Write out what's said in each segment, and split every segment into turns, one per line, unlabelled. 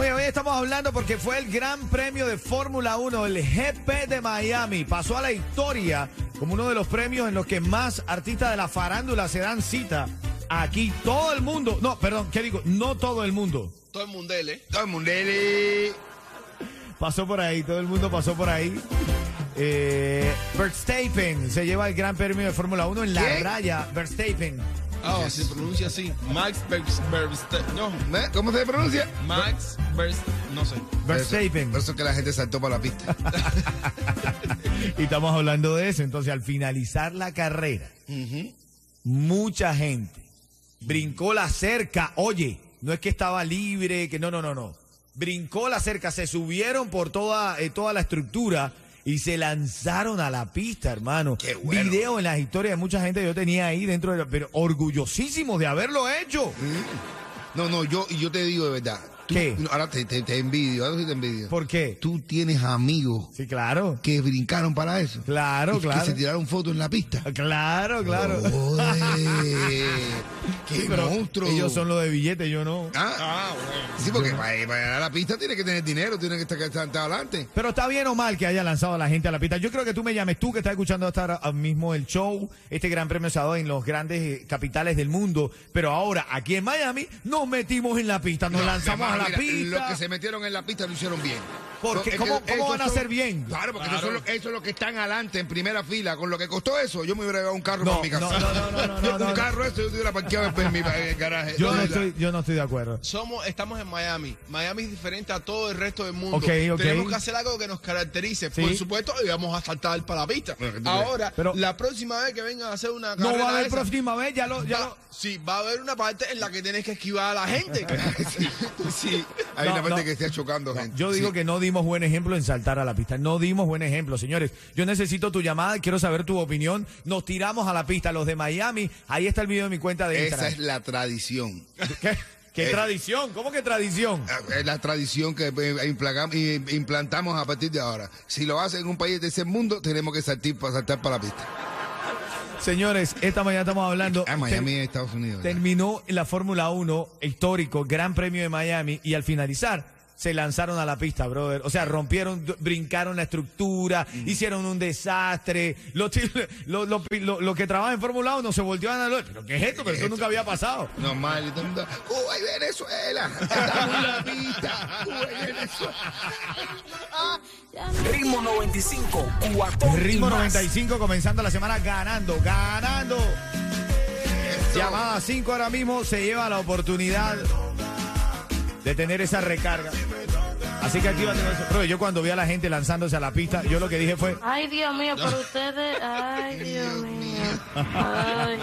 Oye, hoy estamos hablando porque fue el Gran Premio de Fórmula 1, el GP de Miami. Pasó a la historia como uno de los premios en los que más artistas de la farándula se dan cita. Aquí todo el mundo, no, perdón, ¿qué digo? No todo el mundo.
Todo el mundo, ¿eh?
Todo el mundele.
Pasó por ahí, todo el mundo pasó por ahí. Eh, Verstappen se lleva el Gran Premio de Fórmula 1 en la
¿Quién?
raya. Verstappen.
Ah, se pronuncia así. Max Verstappen. no,
¿Eh? ¿Cómo se pronuncia?
Max Verstappen. No sé.
Verstappen.
Por eso que la gente saltó para la pista.
Y estamos hablando de eso. Entonces, al finalizar la carrera, mucha gente brincó la cerca. Oye, no es que estaba libre, que no, no, no, no. Brincó la cerca, se subieron por toda, eh, toda la estructura y se lanzaron a la pista, hermano.
Qué bueno.
Video en las historias de mucha gente que yo tenía ahí dentro, de la- pero orgullosísimos de haberlo hecho.
No, no, yo, yo te digo de verdad. Tú-
¿Qué?
no, ahora te, te- te envidio, ahora sí te envidio.
¿Por qué?
Tú tienes amigos
Sí, claro.
que brincaron para eso.
Claro,
Y
claro.
Que se tiraron fotos en la pista.
Claro, claro.
Joder, ¡Qué
Sí, pero
monstruo!
Ellos son los de billete, yo no.
Ah,
Ah, bueno.
sí, porque para, para llegar a la pista tiene que tener dinero, tiene que estar, estar, estar adelante.
Pero está bien o mal que haya lanzado a la gente a la pista. Yo creo que tú me llames, tú que estás escuchando hasta ahora ah, mismo el show. Este gran premio se ha dado en los grandes eh, capitales del mundo. Pero ahora, aquí en Miami, nos metimos en la pista, nos
No, mi
lanzamos
hermano,
a la
mira,
pista.
Los que se metieron en la pista lo hicieron bien.
Porque,
Lo- es
¿cómo-
que
cómo
esos
van a
son-
ser bien?
Claro, porque
Claro.
Esos, son los, esos son los que están adelante en primera fila. Con lo que costó eso, yo me hubiera llevado un carro
No,
para mi casa.
no, no, no, no, no,
Yo,
no,
un
no.
carro eso yo te hubiera parqueado en mi en el garaje.
Yo, no
Entonces,
estoy, yo no estoy de acuerdo.
Somos, estamos en Miami. Miami es diferente a todo el resto del mundo.
Ok, ok.
Tenemos que hacer algo que nos caracterice.
Sí.
Por supuesto, y vamos a saltar para la pista.
Pero, ¿qué tú crees?
Ahora,
Pero-
la próxima vez que vengan a hacer una carrera
No va a haber
esa,
próxima vez, ya lo... Ya
va-
lo-
Sí, va a haber una parte en la que tienes que esquivar a la gente. sí.
Hay
No,
una parte
no.
que está chocando gente.
Yo digo
Sí.
que no dimos buen ejemplo en saltar a la pista. No dimos buen ejemplo, señores. Yo necesito tu llamada, quiero saber tu opinión. Nos tiramos a la pista, los de Miami. Ahí está el video de mi cuenta de
Esa
Instagram.
es la tradición.
¿Qué, qué
Eh. Ah.
tradición? ¿Cómo que tradición?
Es la tradición que eh, implagam- eh, implantamos a partir de ahora. Si lo hacen en un país de tercer mundo, tenemos que saltir, pa- saltar para la pista.
Señores, esta mañana estamos hablando.
Ah, Miami es Estados Unidos. ¿verdad?
Terminó la Fórmula 1 histórico, Gran Premio de Miami, y al finalizar se lanzaron a la pista, brother. O sea, rompieron, d- brincaron la estructura, hicieron un desastre. Los, ti- lo- lo- lo- lo que trabajan en Fórmula 1 se volteaban a los... ¿Pero qué es esto? Pero esto nunca había pasado.
Normal, y todo el mundo, ¡Cuba y Venezuela! ¡Estamos en la pista! ¡Cuba y Venezuela!
Ritmo 95, cuatón
Ritmo
y más.
95 comenzando la semana ganando, ganando. Llamada 5 ahora mismo se lleva la oportunidad de tener esa recarga. Así que actívate con eso. Bro, yo cuando vi a la gente lanzándose a la pista, yo lo que dije fue,
Ay, Dios mío, por ustedes. Ay, Dios mío. Ay.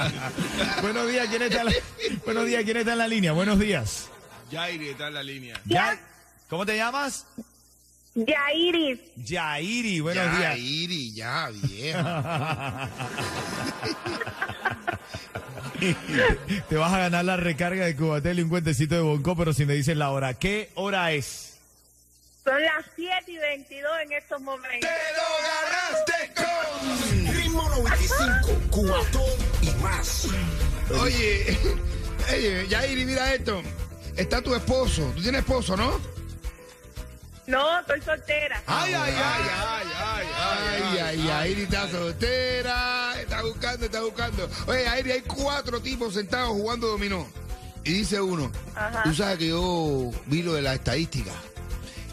buenos días, ¿quién está en la, buenos días, ¿quién está en la línea? Buenos días.
Yairi está en la línea.
Ya- ¿Cómo te llamas?
Yairis,
Yairi, buenos
Ya,
días.
Iri, ya, vieja.
Te vas a ganar la recarga de Cubatel y un cuentecito de Bonco, pero si me dices la hora, ¿qué hora es?
son las 7 y 22 en estos momentos.
Ritmo 95, cuatón y más.
Oye, oye, Yairi, mira esto. Está tu esposo. Tú tienes esposo, ¿no?
No, estoy soltera.
Ay, ay, ay, ay, ay, ay, ay, Yairi está soltera. Está buscando, está buscando. Oye, Yairi, hay cuatro tipos sentados jugando dominó. Y dice uno,
Ajá.
tú sabes que yo vi lo de las estadísticas.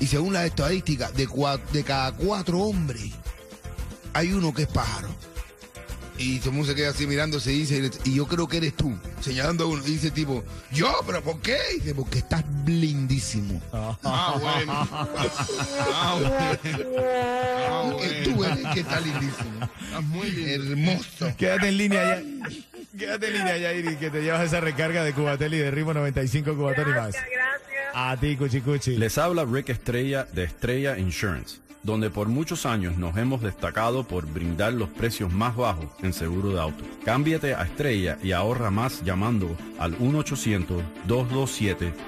Y según las estadísticas, de, cua- de cada cuatro hombres, hay uno que es pájaro. Y todo el mundo se queda así mirándose y dice, y yo creo que eres tú, señalando a uno. Y dice el tipo, yo, pero ¿por qué? Y dice, porque estás blindísimo.
Ah, bueno. Ah, bueno. Ah,
Eh,
bueno.
Tú eres que está lindísimo.
Estás muy lindo.
Hermoso.
Quédate en línea ya. Quédate en línea, Yairi, que te llevas esa recarga de Cubatel y de Ritmo 95 Cubatel y más.
Gracias, gracias.
A ti, Cuchicuchi.
Les habla Rick Estrella de Estrella Insurance. donde por muchos años nos hemos destacado por brindar los precios más bajos en seguro de auto. Cámbiate a Estrella y ahorra más llamando al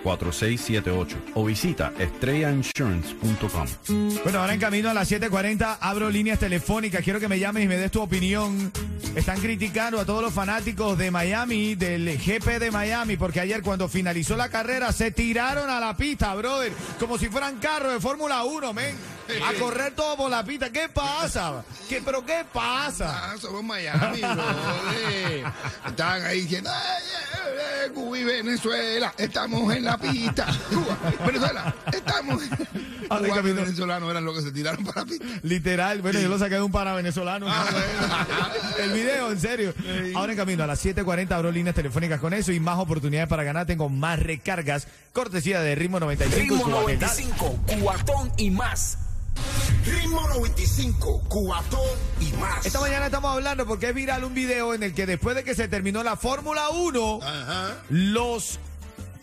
1-800-227-4678 o visita estrellainsurance.com.
Bueno, ahora en camino a las 7:40 abro líneas telefónicas. Quiero que me llames y me des tu opinión. Están criticando a todos los fanáticos de Miami, del GP de Miami, porque ayer cuando finalizó la carrera se tiraron a la pista, brother, como si fueran carros de Fórmula 1, men. A correr todo por la pista. ¿Qué pasa? ¿Qué, ¿Pero qué pasa?
Ah, somos Miami, brother. Estaban ahí diciendo, "Ay, eh, eh, Cuba y Venezuela, estamos en la pista. Cuba, Venezuela, estamos.
Ah, de
Cuba y
camino.
venezolanos eran los que se tiraron para la pista.
Literal, bueno, yo lo saqué de un para venezolano. El video, en serio. Ahora en camino a las 7:40 abro líneas telefónicas con eso y más oportunidades para ganar. Tengo más recargas, cortesía de Ritmo 95 y
Ritmo
su agenda.
95, cuatón y más. Ritmo 95, cuatón y más.
Esta mañana estamos hablando porque es viral un video en el que después de que se terminó la Fórmula 1, los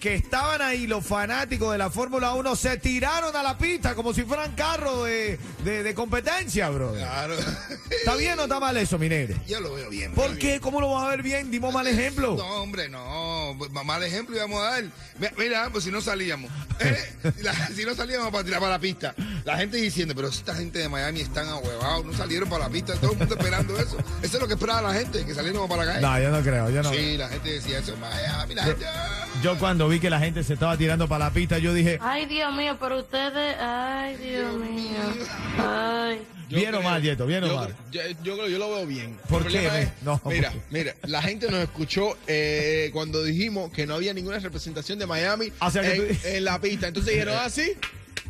que estaban ahí, los fanáticos de la Fórmula 1, se tiraron a la pista como si fueran carros de, de- de competencia, bro.
Claro.
¿Está bien o está mal eso, Minero?
Yo lo veo bien.
¿Por
muy
qué? ¿Cómo lo vas a ver bien? Dimos mal ejemplo.
No, hombre, no. Pues, Mal ejemplo íbamos a dar. Mira, Mira, pues si no salíamos. ¿eh? La- si no salíamos para tirar para la pista. La gente diciendo, pero esta gente de Miami están ahuevados, no salieron para la pista. Todo el mundo esperando eso. Eso es lo que esperaba la gente, que saliéramos para la calle.
No, yo no creo, yo no.
eh. sí, la gente decía eso. Miami, la gente. ah.
Yo cuando vi que la gente se estaba tirando para la pista, yo dije,
Ay, Dios mío, pero ustedes, ay, Dios mío. Ay.
Yo
bien o
creo-
mal, Yeto, bien o
yo
mal.
creo- Yo, yo creo, yo lo veo bien.
¿Por
El problema
qué?
es-
No.
Mira, mira, la gente nos escuchó eh, cuando dijimos que no había ninguna representación de Miami
Ah, O sea que
en,
tú-
en la pista. Entonces dijeron así.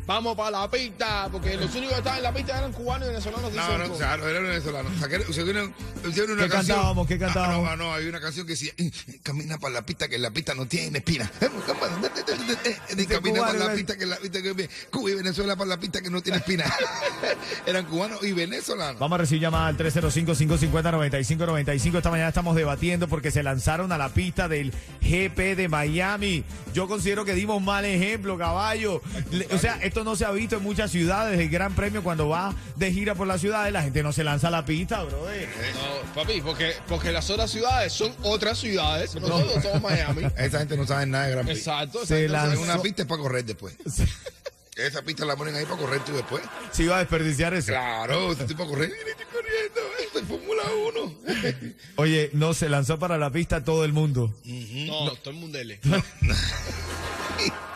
Vamos para la pista, porque los únicos que estaban en la pista eran cubanos y venezolanos.
No, no, claro, era venezolano. Sacaron- Hicieron hicieron una
¿Qué
canción.
cantábamos? ¿Qué
Ah,
cantábamos?
no, no, había una canción que decía: "Eh, Camina para la pista, que la pista no tiene espina. Vamos, vamos, eh, eh, eh, eh, Camina
cubano,
para la
¿verdad?
pista, que la pista que. Cuba y Venezuela para la pista que no tiene espina. Eran cubanos y venezolanos.
Vamos a recibir llamada al 305-550-9595. Esta mañana estamos debatiendo porque se lanzaron a la pista del GP de Miami. Yo considero que dimos mal ejemplo, caballo. Le- o sea, esto no se ha visto en muchas ciudades. El Gran Premio, cuando va de gira por las ciudades, la gente no se lanza a la pista, bro.
Eh, No, papi, porque, porque las otras ciudades son otras ciudades. Nosotros somos Miami.
Esa gente no sabe nada de Gran Prix.
Exacto.
Se
exacto.
En
lanzó-
una pista es para correr después. Esa pista la ponen ahí para correr tú después.
Se iba a desperdiciar eso.
Claro, ese tipo correr. Mira, estoy corriendo, esto es Fórmula 1.
Oye, no, se lanzó para la pista todo el mundo.
No, todo el mundo dele.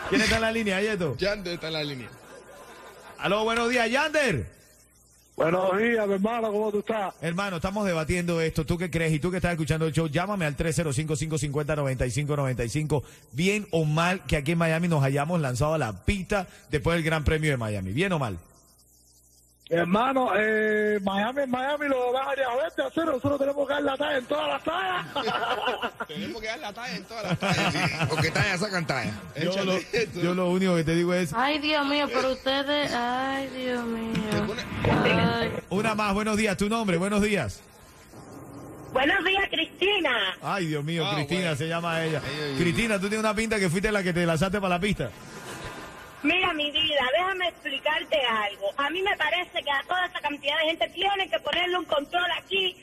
¿Quién está en la línea, Yeto?
Yander está en la línea.
Aló, buenos días, Yander.
Buenos días, mi hermano, ¿cómo tú estás?
Hermano, estamos debatiendo esto. ¿Tú qué crees? Y tú que estás escuchando el show, llámame al 305-550-9595. Bien o mal que aquí en Miami nos hayamos lanzado a la pista después del Gran Premio de Miami. ¿Bien o mal?
Hermano, eh, Miami es Miami, lo van a llevar a hacer, nosotros tenemos que dar la talla en todas las tallas.
Tenemos que dar la talla en todas las tallas.
Porque talla, sacan talla.
Yo lo,
Échale esto.
yo lo único que te digo es
Ay, Dios mío, pero ustedes, ay, Dios mío. Ay.
una más. Buenos días, tu nombre. Buenos días.
Buenos días, Cristina.
Ay, Dios mío,
Ah,
Cristina
bueno.
se llama ella. Cristina, tú tienes una pinta que fuiste la que te lanzaste para la pista.
Mira, mi vida, déjame explicarte algo. A mí me parece que a toda esa cantidad de gente tienen que ponerle un control aquí.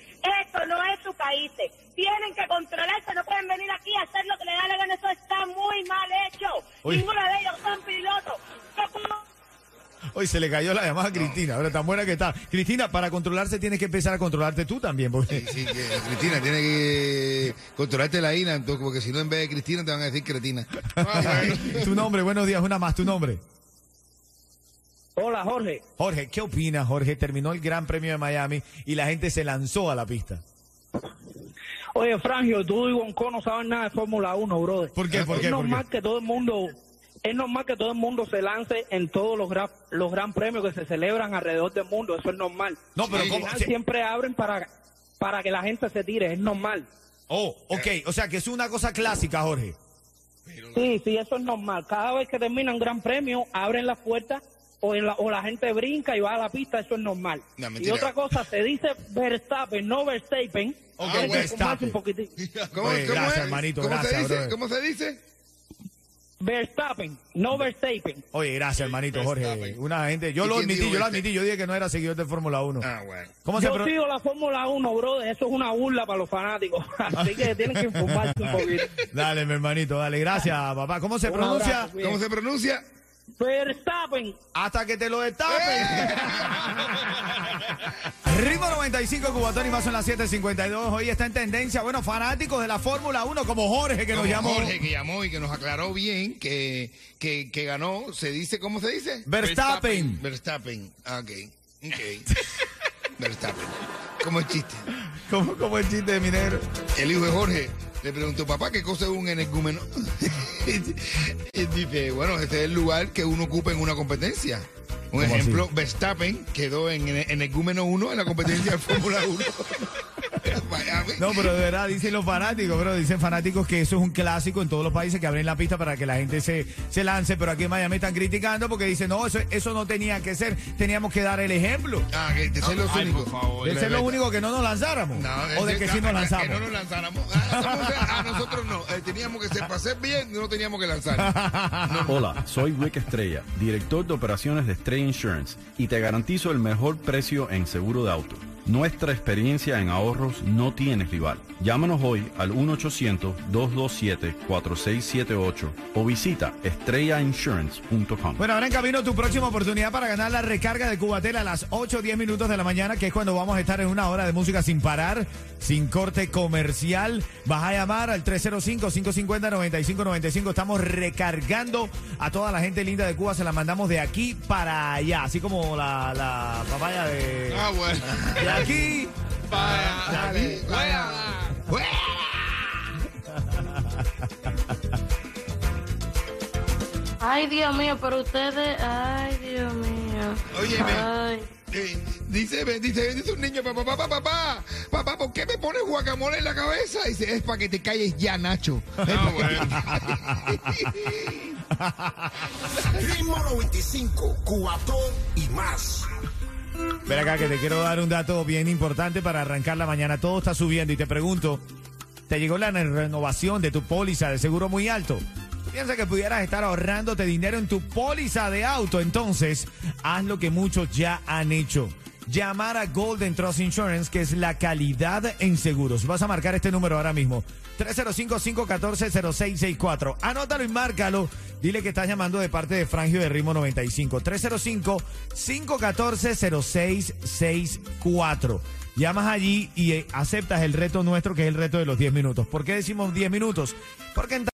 Esto no es su país. Tienen que controlarse, no pueden venir aquí a hacer lo que les da la gana. Eso está muy mal hecho.
Uy.
Ninguno de ellos son pilotos. Yo como-
Hoy se le cayó la llamada a Cristina. Ahora tan buena que está. Cristina, para controlarse tienes que empezar a controlarte tú también. Porque...
Sí, sí, que Cristina tiene que controlarte la ina, entonces, porque si no, en vez de Cristina te van a decir cretina.
tu nombre, buenos días, una más, tu nombre.
Hola, Jorge.
Jorge, ¿qué opinas, Jorge? Terminó el Gran Premio de Miami y la gente se lanzó a la pista.
Oye, Frangio, tú y Bonco no saben nada de Fórmula 1, brother.
¿Por qué? ¿Por qué?
Es
¿Por
normal
qué?
que todo el mundo... Es normal que todo el mundo se lance en todos los, gran- los gran premios que se celebran alrededor del mundo, eso es normal.
No, pero
Al
¿cómo?
final
Sí.
Siempre abren para, para que la gente se tire, es normal.
Oh, ok, o sea que es una cosa clásica, Jorge.
Sí, sí, eso es normal. Cada vez que termina un gran premio, abren las puertas o, en la, o la gente brinca y va a la pista, eso es normal.
No,
y
mentira.
otra cosa, se dice Verstappen, no Verstappen.
Ok,
Eso es más
Verstappen.
un poquitito.
¿Cómo,
Oye,
cómo
gracias,
es?
hermanito,
¿Cómo
gracias,
se dice?
brother.
¿Cómo se dice?
Verstappen, no Verstappen.
Oye, gracias, hermanito Jorge.
Verstappen.
Una gente, yo
¿Y
lo
quién
admití,
dijo
yo lo
este?
admití, yo dije que no era seguidor de Fórmula 1.
Ah, bueno.
¿Cómo se
Yo
pro-
sigo la Fórmula 1, brother. Eso es una burla para los fanáticos. Así que tienen que informarse un poquito.
Dale, mi hermanito, dale, gracias, papá. ¿Cómo se
Un
pronuncia?
abrazo,
¿Cómo se pronuncia?
Verstappen.
Hasta que te lo destapen. Ritmo 95 Cubatón y más son las 7:52. Hoy está en tendencia, bueno, fanáticos de la Fórmula 1 como Jorge que nos
Como
llamó.
Jorge que llamó y que nos aclaró bien que, que, que ganó. ¿Se dice cómo se dice?
Verstappen.
Verstappen. Ah, ok. Ok. Verstappen. Como el chiste.
¿Cómo, cómo el chiste de minero?
El hijo de Jorge le preguntó, papá, ¿qué cosa es un energúmeno? y dice, bueno, este es el lugar que uno ocupa en una competencia. Un ejemplo, Verstappen quedó en en- energúmeno 1 en la competencia de Fórmula 1. Miami.
No, pero de verdad dicen los fanáticos, pero dicen fanáticos que eso es un clásico en todos los países que abren la pista para que la gente se, se lance, pero aquí en Miami están criticando porque dicen, no, eso, eso no tenía que ser, teníamos que dar el ejemplo.
Ah, que de ser los
Ay,
únicos.
por favor.
De ser lo único que no nos lanzáramos.
No,
o de
ese-
que sí
no,
nos lanzamos.
Que no nos lanzáramos. Ah, somos- A, nosotros no. Eh, teníamos que ser, para ser bien, no teníamos que lanzar.
Hola, soy Rick Estrella, director de operaciones de Estrella Insurance y te garantizo el mejor precio en seguro de auto. Nuestra experiencia en ahorros no tiene rival. Llámanos hoy al 1-800-227-4678 o visita estrellainsurance.com.
Bueno, ahora en camino tu próxima oportunidad para ganar la recarga de Cubatela a las 8 o 10 minutos de la mañana, que es cuando vamos a estar en una hora de música sin parar, sin corte comercial. Vas a llamar al 305-550-9595. Estamos recargando a toda la gente linda de Cuba. Se la mandamos de aquí para allá, así como la, la papaya de,
Ah, bueno.
de aquí.
Vaya,
Dale,
vaya.
Ay, Dios mío, pero ustedes, ay, Dios mío.
Óyeme.
Ay.
Eh, dice, me- dice, dice un niño, papá, papá, papá, papá, ¿por qué me pones guacamole en la cabeza? Dice, es para que te calles ya, Nacho. Es pa' que te calles.
Ritmo 95, Cubatón y más.
Ven acá que te quiero dar un dato bien importante para arrancar la mañana. Todo está subiendo y te pregunto, ¿te llegó la renovación de tu póliza de seguro muy alto? Piensa que pudieras estar ahorrándote dinero en tu póliza de auto. Entonces, haz lo que muchos ya han hecho. Llamar a Golden Trust Insurance, que es la calidad en seguros. Vas a marcar este número ahora mismo. 305-514-0664. Anótalo y márcalo. Dile que estás llamando de parte de Frangio de Ritmo 95. 305-514-0664. Llamas allí y eh, aceptas el reto nuestro, que es el reto de los 10 minutos. ¿Por qué decimos 10 minutos? Porque en